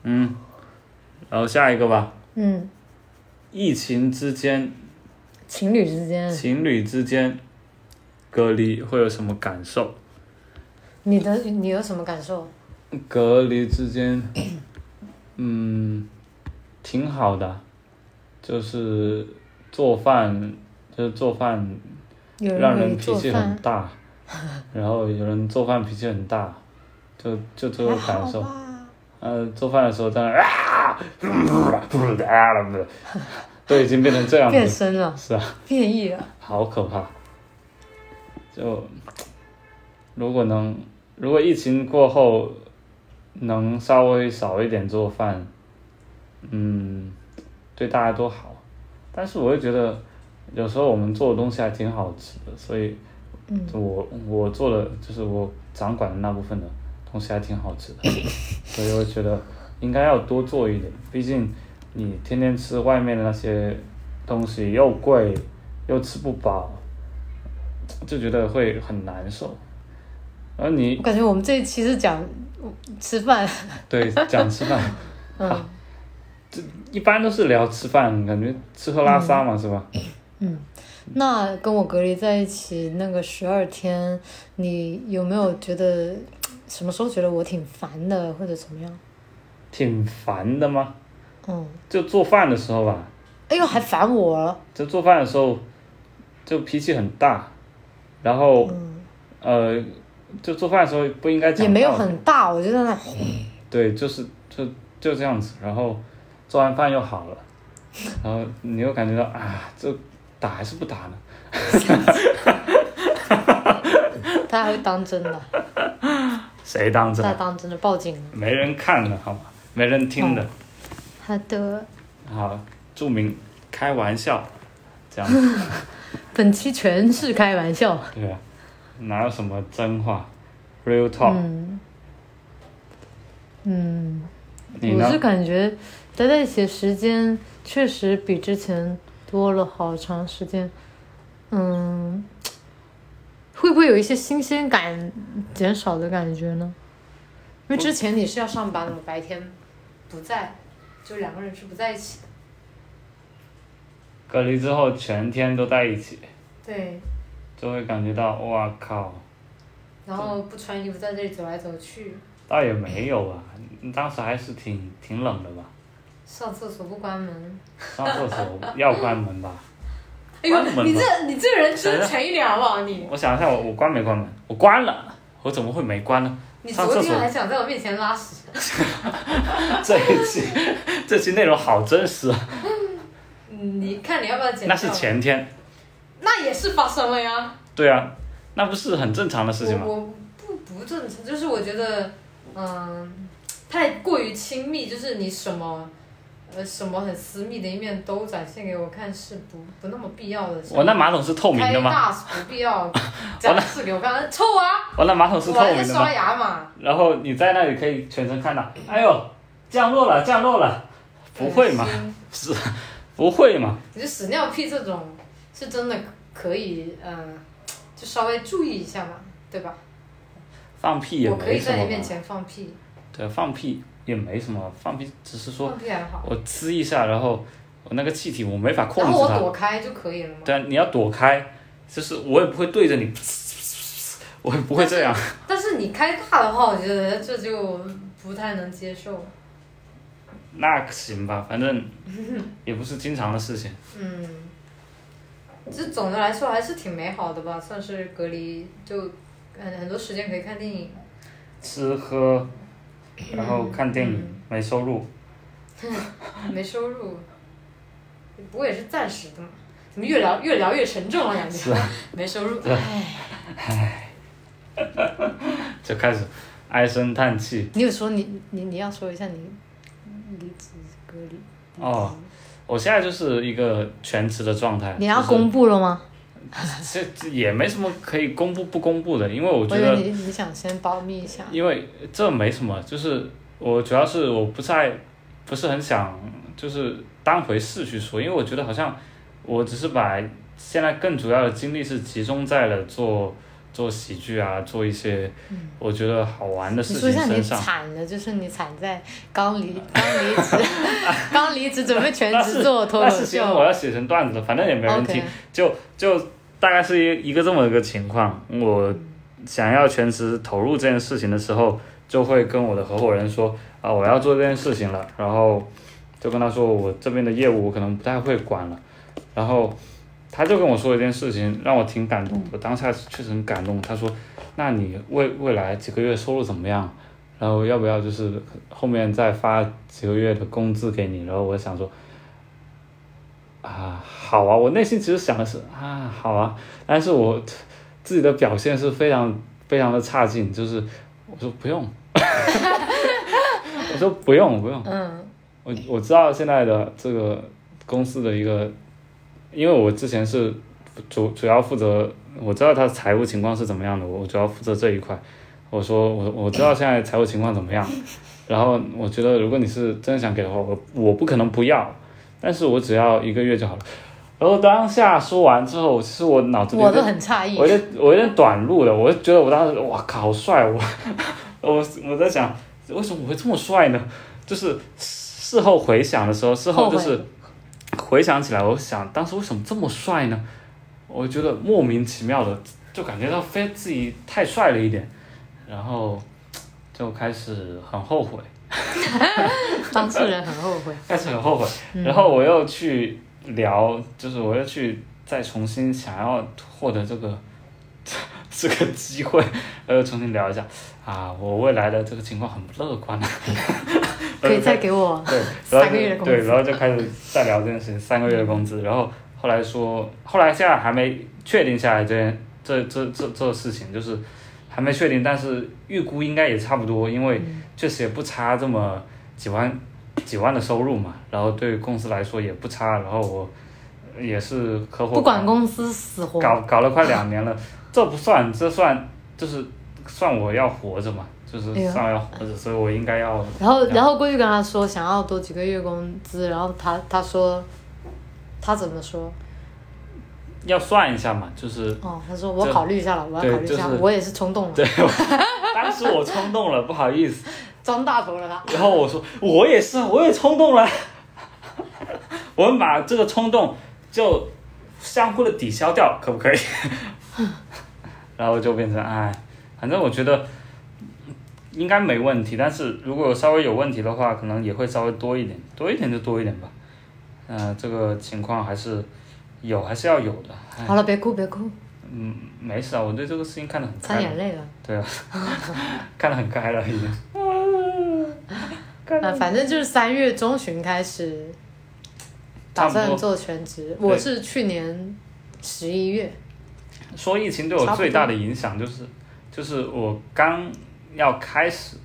S2: 嗯，然后下一个吧，
S3: 嗯，
S2: 疫情之间，
S3: 情侣之间，
S2: 情侣之间隔离会有什么感受？
S3: 你的你有什么感受？
S2: 隔离之间， 嗯，挺好的，啊就是做饭，就是做饭
S3: 有
S2: 让
S3: 人
S2: 人
S3: 给
S2: 脾
S3: 做
S2: 气很
S3: 饭，
S2: 大， 然后有人做饭脾气很大，就就这个感受。呃，做饭的时候在那儿啊， 都已经变成这样
S3: 变
S2: 子，
S3: 身了，
S2: 是啊。
S3: 变异了。
S2: 好可怕！就如果能，如果疫情过后，能稍微少一点做饭，嗯，对大家都好。但是我又觉得，有时候我们做的东西还挺好吃的，所以
S3: 嗯，
S2: 我我做的就是我掌管的那部分的东西还挺好吃的，所以我觉得应该要多做一点。毕竟你天天吃外面的那些东西又贵又吃不饱，就觉得会很难受。而你
S3: 我感觉我们这一期是讲吃饭，
S2: 对，讲吃饭，
S3: 嗯
S2: 一般都是聊吃饭，感觉吃喝拉撒嘛，是吧？
S3: 嗯。那跟我隔离在一起那个十二天，你有没有觉得什么时候觉得我挺烦的，或者怎么样？
S2: 挺烦的嘛，
S3: 嗯，
S2: 就做饭的时候吧，
S3: 哎呦，还烦我了。
S2: 就做饭的时候，就脾气很大，然后，呃，就做饭的时候不应该讲
S3: 嗯也没有
S2: 道理
S3: 很大，我就在那，
S2: 对，就是就就这样子，然后做完饭又好了，然后你又感觉到啊，这打还是不打呢？
S3: 他还会当真的，
S2: 谁当真
S3: 他？当真的报警了。
S2: 没人看的好吗？没人听的。
S3: 哦好的，
S2: 好，注明开玩笑，这样
S3: 本期全是开玩笑。
S2: 对啊，哪有什么真话，real talk？、
S3: 嗯嗯，
S2: 你
S3: 我
S2: 呢
S3: 是？感觉待在一起的时间确实比之前多了好长时间。嗯，会不会有一些新鲜感减少的感觉呢？因为之前你是要上班的，白天不在，就两个人是不在一起的。
S2: 隔离之后全天都在一起，
S3: 对，
S2: 就会感觉到哇靠，
S3: 然后不穿衣服在这里走来走去，
S2: 倒也没有啊，当时还是挺挺冷的吧，
S3: 上厕所不关门。
S2: 上厕所要关门吧。
S3: 哎呦
S2: 关，门吧啊
S3: 你这你这人真诚一点好不好？你
S2: 我想一下，我我关没关门？我关了，我怎么会没关呢？
S3: 你
S2: 上
S3: 昨
S2: 厕
S3: 天
S2: 所
S3: 还想在我面前拉屎，
S2: 这一期这期内容好真实啊，
S3: 嗯你看你要不要剪掉？
S2: 那是，前天，
S3: 那也是发生了呀。
S2: 对啊，那不是很正常的事情吗
S3: 我？我不不正常，就是我觉得，嗯，太过于亲密，就是你什么。呃，什么很私密的一面都展现给我看是不不那么必要的。
S2: 我那马桶是透明
S3: 开
S2: 的吗？
S3: 大是不必 要展示给我看，臭啊！
S2: 我那马桶是
S3: 我
S2: 透
S3: 还在
S2: 明的吗
S3: 刷？牙嘛。
S2: 然后你在那里可以全程看到，哎呦，降落了，降落了，不会嘛
S3: 恶，心
S2: 是，不会嘛，
S3: 你就屎尿屁这种是真的可以，嗯、就稍微注意一下嘛，对吧？
S2: 放屁也
S3: 我可
S2: 没
S3: 以
S2: 什
S3: 在
S2: 么
S3: 你面
S2: 嘛，
S3: 前放屁，
S2: 对，放屁也没什么，放屁只是说
S3: 放屁还好，
S2: 我呲一下，然后我那个气体我没法控
S3: 然
S2: 制
S3: 后我
S2: 它，
S3: 躲开就可以了嘛。
S2: 对啊，你要躲开，就是我也不会对着你， 我也不会这样，
S3: 但是你开大的话，我觉得这就不太能接受。
S2: 那行吧，反正也不是经常的事情，
S3: 嗯，这总的来说还是挺美好的吧，算是隔离就很很多时间可以看电影。
S2: 吃喝，然后看电影，没收入，
S3: 没收入，不过也是暂时的嘛。怎么越聊越聊越沉重了，感觉、没收入，唉。
S2: 就开始唉声叹气。
S3: 你有说你你你要说一下你离职隔离
S2: 哦，我现在就是一个全职的状态。
S3: 你要
S2: 就是
S3: 公布了吗？
S2: 这这也没什么可以公布不公布的，因为我觉
S3: 我以为
S2: 得，
S3: 你你想先保密一下。
S2: 因为这没什么，就是我主要是我不太不是很想就是当回事去说，因为我觉得好像我只是把现在更主要的精力是集中在了做做喜剧啊，做一些我觉得好玩的
S3: 嗯你
S2: 事
S3: 说一
S2: 情
S3: 下你
S2: 身上。
S3: 惨的，就是你惨在刚离刚离职， 刚离职准备全
S2: 那
S3: 职
S2: 是
S3: 做脱
S2: 那
S3: 口
S2: 是
S3: 秀
S2: 行，。我要写成段子了，反正也没人听。
S3: OK，
S2: 就就大概是一一个这么一个情况。我想要全职投入这件事情的时候，就会跟我的合伙人说啊，我要做这件事情了，然后就跟他说我这边的业务我可能不太会管了，然后他就跟我说一件事情，让我挺感动的，我当下确实很感动。他说，那你未未来几个月收入怎么样？然后要不要就是后面再发几个月的工资给你？然后我想说，啊，好啊，我内心其实想的是啊，好啊，但是我自己 的表现是非常非常的差劲，就是我说不用，说不用不用，
S3: 嗯
S2: 我我知道现在的这个公司的一个，因为我之前是主主要负责，我知道他财务情况是怎么样的，我我主要负责这一块。我说我我知道现在财务情况怎么样，然后我觉得如果你是真的想给的话，我我不可能不要，但是我只要一个月就好了。然后当下说完之后，其实我脑子里
S3: 我都很诧异
S2: 我。有点我有点短路了，我就觉得我当时哇靠，好帅！我 我我在想，为什么我会这么帅呢？就是事后回想的时候，事后就是回想起来，我想当时为什么这么帅呢？我觉得莫名其妙的，就感觉到非自己太帅了一点，然后就开始很后悔。
S3: 当事人很后悔。
S2: 开始很后悔，然后我又去聊，就是我又去再重新想要获得这个 这个机会，呃，重新聊一下啊，我未来的这个情况很不乐观啊，
S3: 可以再给 我
S2: 对，然后
S3: 三个月的
S2: 就
S3: 工资
S2: 对，然后就开始再聊这件事情，三个月的工资，然后后来说，后来现在还没确定下来这件这这这这事情，就是还没确定，但是预估应该也差不多，因为
S3: 嗯
S2: 确实也不差这么几万几万的收入嘛，然后对于公司来说也不差，然后我也是合伙
S3: 不管
S2: 搞
S3: 公司死活，
S2: 搞搞了快两年了，这不算，这算就是算我要活着嘛，就是
S3: 哎呦
S2: 算我要活着，所以我应该要
S3: 然后然后过去跟他说想要多几个月工资，然后他他说他怎么说？
S2: 要算一下嘛，就是。
S3: 哦，他说我
S2: 就
S3: 考虑一下了，我要考虑一下，
S2: 对就是
S3: 我也是冲动了，
S2: 对，我 当时我冲动了，不好意思。
S3: 装大头了啦。
S2: 然后我说我也是，我也冲动了。 我们把这个冲动就相互的抵消掉，可不可以？ 然后就变成哎，反正我觉得应该没问题，但是如果稍微有问题的话，可能也会稍微多一点，多一点就多一点吧。嗯、这个情况还是有，还是要有的。哎
S3: 好了，别哭别哭，
S2: 嗯，没事啊，我对这个事情看得很开
S3: 擦
S2: 朗。
S3: 眼泪了。
S2: 对啊， 看得很开了已经。
S3: 那反正就是三月中旬开始打
S2: 差
S3: 算
S2: 不多
S3: 做全职，
S2: 对
S3: 我是去年十一月，
S2: 说疫情对我最大的影响就是，就是我刚要开始，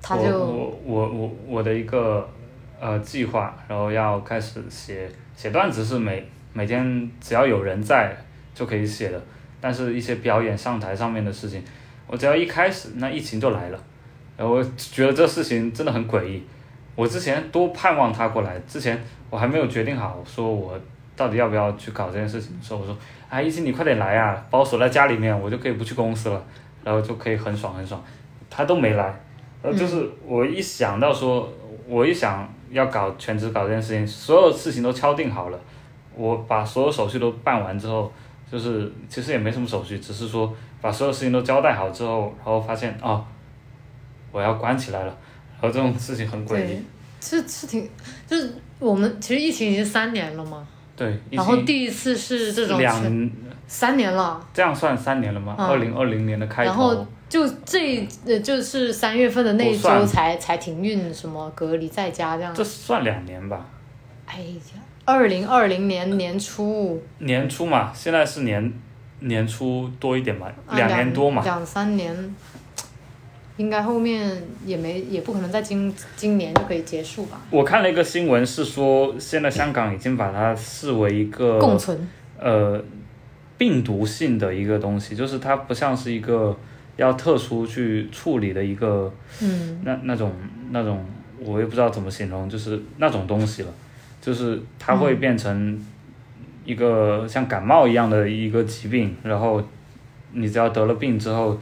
S3: 他
S2: 我
S3: 就
S2: 我我我我的一个呃计划，然后要开始写写段子，是每每天只要有人在就可以写的，但是一些表演上台上面的事情，我只要一开始，那疫情就来了，然后我觉得这事情真的很诡异。我之前多盼望他过来，之前我还没有决定好，说我到底要不要去搞这件事情的时候，我说，哎，一心你快点来啊，把我锁在家里面，我就可以不去公司了，然后就可以很爽很爽。他都没来，然后就是我一想到说，我一想要搞全职搞这件事情，所有事情都敲定好了，我把所有手续都办完之后，就是其实也没什么手续，只是说把所有事情都交代好之后，然后发现哦，我要关起来了，然后这种事情很诡异
S3: 对。，是是挺就是我们其实疫情已经三年了嘛，
S2: 对，疫
S3: 然后
S2: 情
S3: 第一次是这种全
S2: 两
S3: 三年了。
S2: 这样算三年了吗？
S3: 嗯
S2: 二零二零年的开
S3: 然后嗯
S2: 头，
S3: 就这呃，就是三月份的那一
S2: 不算
S3: 周才才停运，什么隔离在家这样
S2: 这。算两年吧，
S3: 哎呀，二零二零年年初，
S2: 年初嘛，现在是年年初多一点嘛，
S3: 啊
S2: 两年多嘛，
S3: 两三年，应该后面也没也不可能在今今年就可以结束吧？
S2: 我看了一个新闻，是说现在香港已经把它视为一个
S3: 共存，
S2: 呃病毒性的一个东西，就是它不像是一个要特殊去处理的一个
S3: 嗯，
S2: 那那种那种，我也不知道怎么形容，就是那种东西了，就是它会
S3: 嗯
S2: 变成一个像感冒一样的一个疾病，然后你只要得了病之后，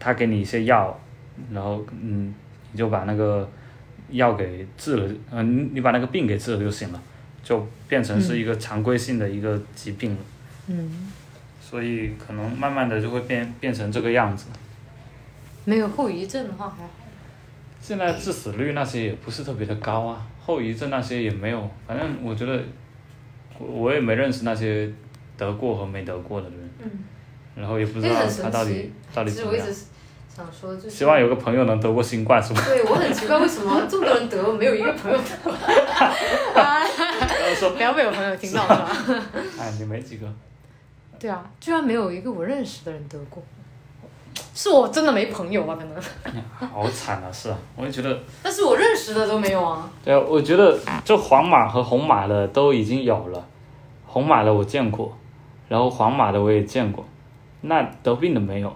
S2: 他给你一些药，然后嗯，你就把那个药给治了，嗯、你你把那个病给治了就行了，就变成是一个常规性的一个疾病了，
S3: 嗯，
S2: 所以可能慢慢的就会变变成这个样子。
S3: 没有后遗症的话还好。
S2: 现在致死率那些也不是特别的高啊，后遗症那些也没有，反正我觉得我我也没认识那些得过和没得过的人，
S3: 嗯
S2: 然后也不知
S3: 这
S2: 道
S3: 个很神
S2: 他到底
S3: 奇
S2: 到底
S3: 其实
S2: 怎
S3: 我
S2: 么
S3: 一
S2: 样
S3: 直。想说，就是
S2: 希望有个朋友能得过新冠，是 吧？
S3: 对我很奇怪，为什么这么多人得，没有一个朋 友得？啊
S2: 然后说，
S3: 不要被我朋友听到是吧？
S2: 哎，你没几个，
S3: 对啊，居然没有一个我认识的人得过。是我真的没朋友吧？可能，
S2: 好惨啊！是啊，我也觉得，
S3: 但是我认识的都没有啊。
S2: 对啊，我觉得这黄马和红马的都已经有了，红马的我见过，然后黄马的我也见过，那得病的没有，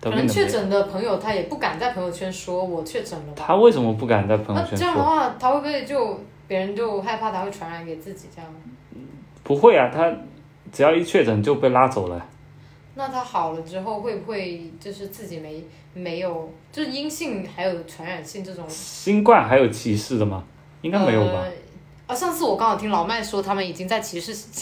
S2: 得病
S3: 可
S2: 的
S3: 能
S2: 没
S3: 确
S2: 有。
S3: 诊的朋友他也不敢在朋友圈说我确诊了吧？
S2: 他为什么不敢在朋
S3: 那
S2: 友圈
S3: 啊这样的
S2: 说？
S3: 话，他会不会就别人就害怕他会传染给自己这样？
S2: 不会啊，他只要一确诊就被拉走了。
S3: 那他好了之后会不会就是自己没没有就是阴性还有传染性这种？
S2: 新冠还有歧视的吗？应该没有吧？
S3: 呃啊，上次我刚好听老麦说，他们已经在歧视，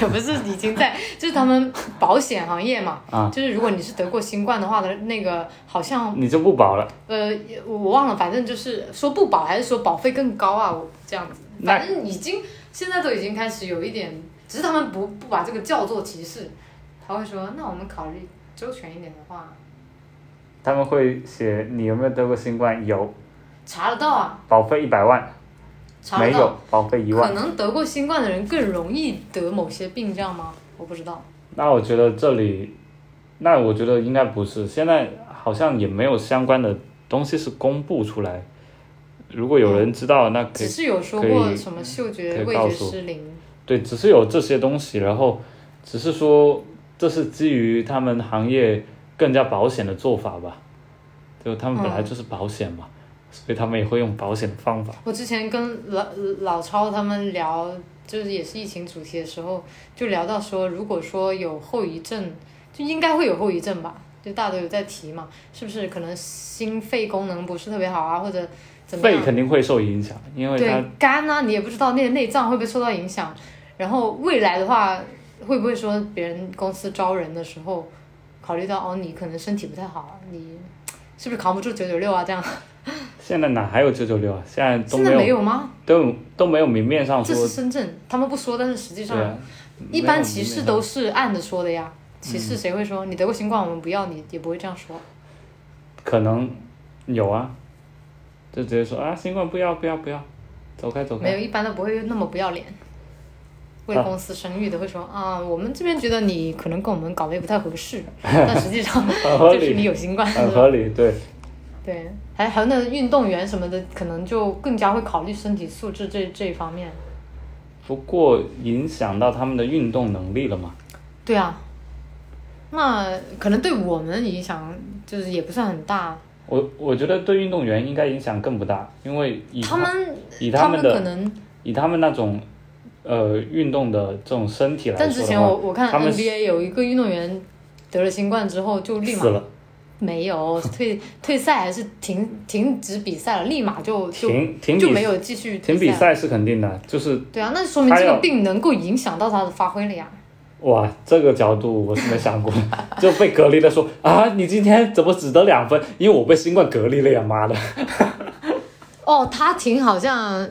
S3: 也不是已经在，就是他们保险行业嘛，
S2: 啊
S3: 就是如果你是得过新冠的话的，那个好像
S2: 你就不保了。
S3: 呃，我忘了，反正就是说不保还是说保费更高啊，我这样子，
S2: 那
S3: 反正已经现在都已经开始有一点，只是他们不不把这个叫做歧视，他会说，那我们考虑周全一点的话，
S2: 他们会写你有没有得过新冠？有，
S3: 查得到啊，
S2: 保费一百万，
S3: 查
S2: 没
S3: 得到
S2: 有，，保费一
S3: 可
S2: 万。
S3: 能得过新冠的人更容易得某些病，这样吗？我不知道。
S2: 那我觉得这里，那我觉得应该不是，现在好像也没有相关的东西是公布出来。如果有人知道，那可
S3: 只
S2: 以
S3: 是有说
S2: 可以
S3: 过什么嗅觉、
S2: 可以
S3: 味
S2: 告
S3: 觉
S2: 诉
S3: 失灵，
S2: 对，只是有这些东西，然后只是说这是基于他们行业更加保险的做法吧，就他们本来
S3: 嗯
S2: 就是保险嘛，所以他们也会用保险的方法。
S3: 我之前跟老老超他们聊，就是也是疫情主题的时候，就聊到说，如果说有后遗症，就应该会有后遗症吧，就大家都有在提嘛，是不是可能心肺功能不是特别好啊，或者怎么
S2: 肺
S3: 样？
S2: 肯定会受影响，因为它
S3: 对肝啊，你也不知道那内脏会不会受到影响，然后未来的话，会不会说别人公司招人的时候，考虑到哦，你可能身体不太好，啊你是不是扛不住九九六啊这样？
S2: 现在哪还有九九六啊？现在都
S3: 现
S2: 没
S3: 在
S2: 有，
S3: 没有吗？
S2: 都都没有明面上
S3: 这
S2: 说
S3: 是深圳，他们不说，但是实际
S2: 对啊
S3: 上，一般
S2: 没有嗯
S3: 歧
S2: 明
S3: 视
S2: 面上
S3: 都是暗着说的呀。歧视谁会说你得过新冠，我们不要你，也不会这样说。
S2: 可能有啊，就直接说啊，新冠不要不要不要，走开走
S3: 没有，
S2: 开。
S3: 一般都不会那么不要脸。为
S2: 啊
S3: 公司声誉的会说啊，我们这边觉得你可能跟我们岗位不太 合适，但实际上
S2: 很合
S3: 就是你
S2: 理，
S3: 有新冠。
S2: 很合理，对，
S3: 对，还还有那运动员什么的，可能就更加会考虑身体素质这这一方面。
S2: 不过影响到他们的运动能力了嘛？
S3: 对啊，那可能对我们影响就是也不算很大。
S2: 我我觉得对运动员应该影响更不大，因为以
S3: 他们
S2: 以
S3: 他
S2: 他们
S3: 可
S2: 的
S3: 能，
S2: 以他们那种呃运动的这种身体来说
S3: 但
S2: 的话，
S3: 之前我我看
S2: 他们
S3: NBA 有一个运动员得了新冠之后就立
S2: 死
S3: 马
S2: 了，
S3: 没有退退赛，还是停停止比赛了，立马就就
S2: 停停
S3: 就
S2: 比
S3: 没有继续
S2: 停比
S3: 比。
S2: 赛是肯定的，就是
S3: 对啊，那说明
S2: 他
S3: 这
S2: 要
S3: 个病能够影响到他的发挥了呀。
S2: 哇，这个角度我是没想过 的，就被隔离的说啊，你今天怎么只得两分？因为我被新冠隔离了呀，妈的！
S3: 哦，他挺好像，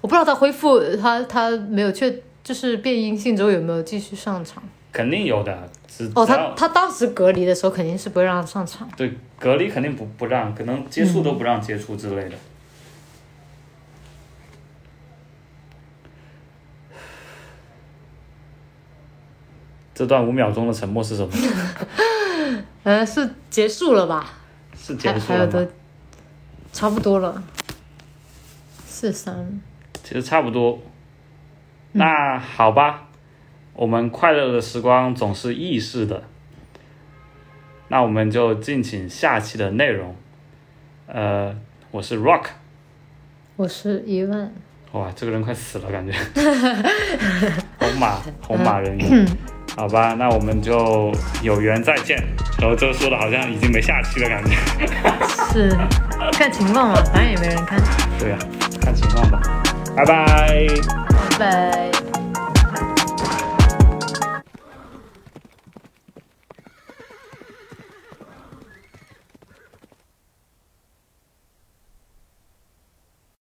S3: 我不知道他恢复，他他没有确，就是变阴性之后有没有继续上场？
S2: 肯定有的，只
S3: 哦，
S2: 只
S3: 他
S2: 要
S3: 他当时隔离的时候肯定是不会让他上场。
S2: 对隔离肯定不不让，可能接触都不让接触之类的。这段五秒钟的沉默 是什么？
S3: 呃，是结束了吧？
S2: 是结
S3: 还
S2: 束
S3: 还
S2: 了
S3: 有
S2: 吗
S3: 的？，差不多了，四三。
S2: 其实差不
S3: 嗯
S2: 多。那好吧，我们快乐的时光总是易逝的。那我们就敬请下期的内容。呃，我是 Rock，
S3: 我是一万，
S2: 哇，这个人快死了，感觉。红马，红马人猿。好吧，那我们就有缘再见。然后这说的好像已经没下期的感觉。
S3: 是看情况嘛，反正也没人看，
S2: 对呀、看情况吧。拜拜。
S3: 拜拜。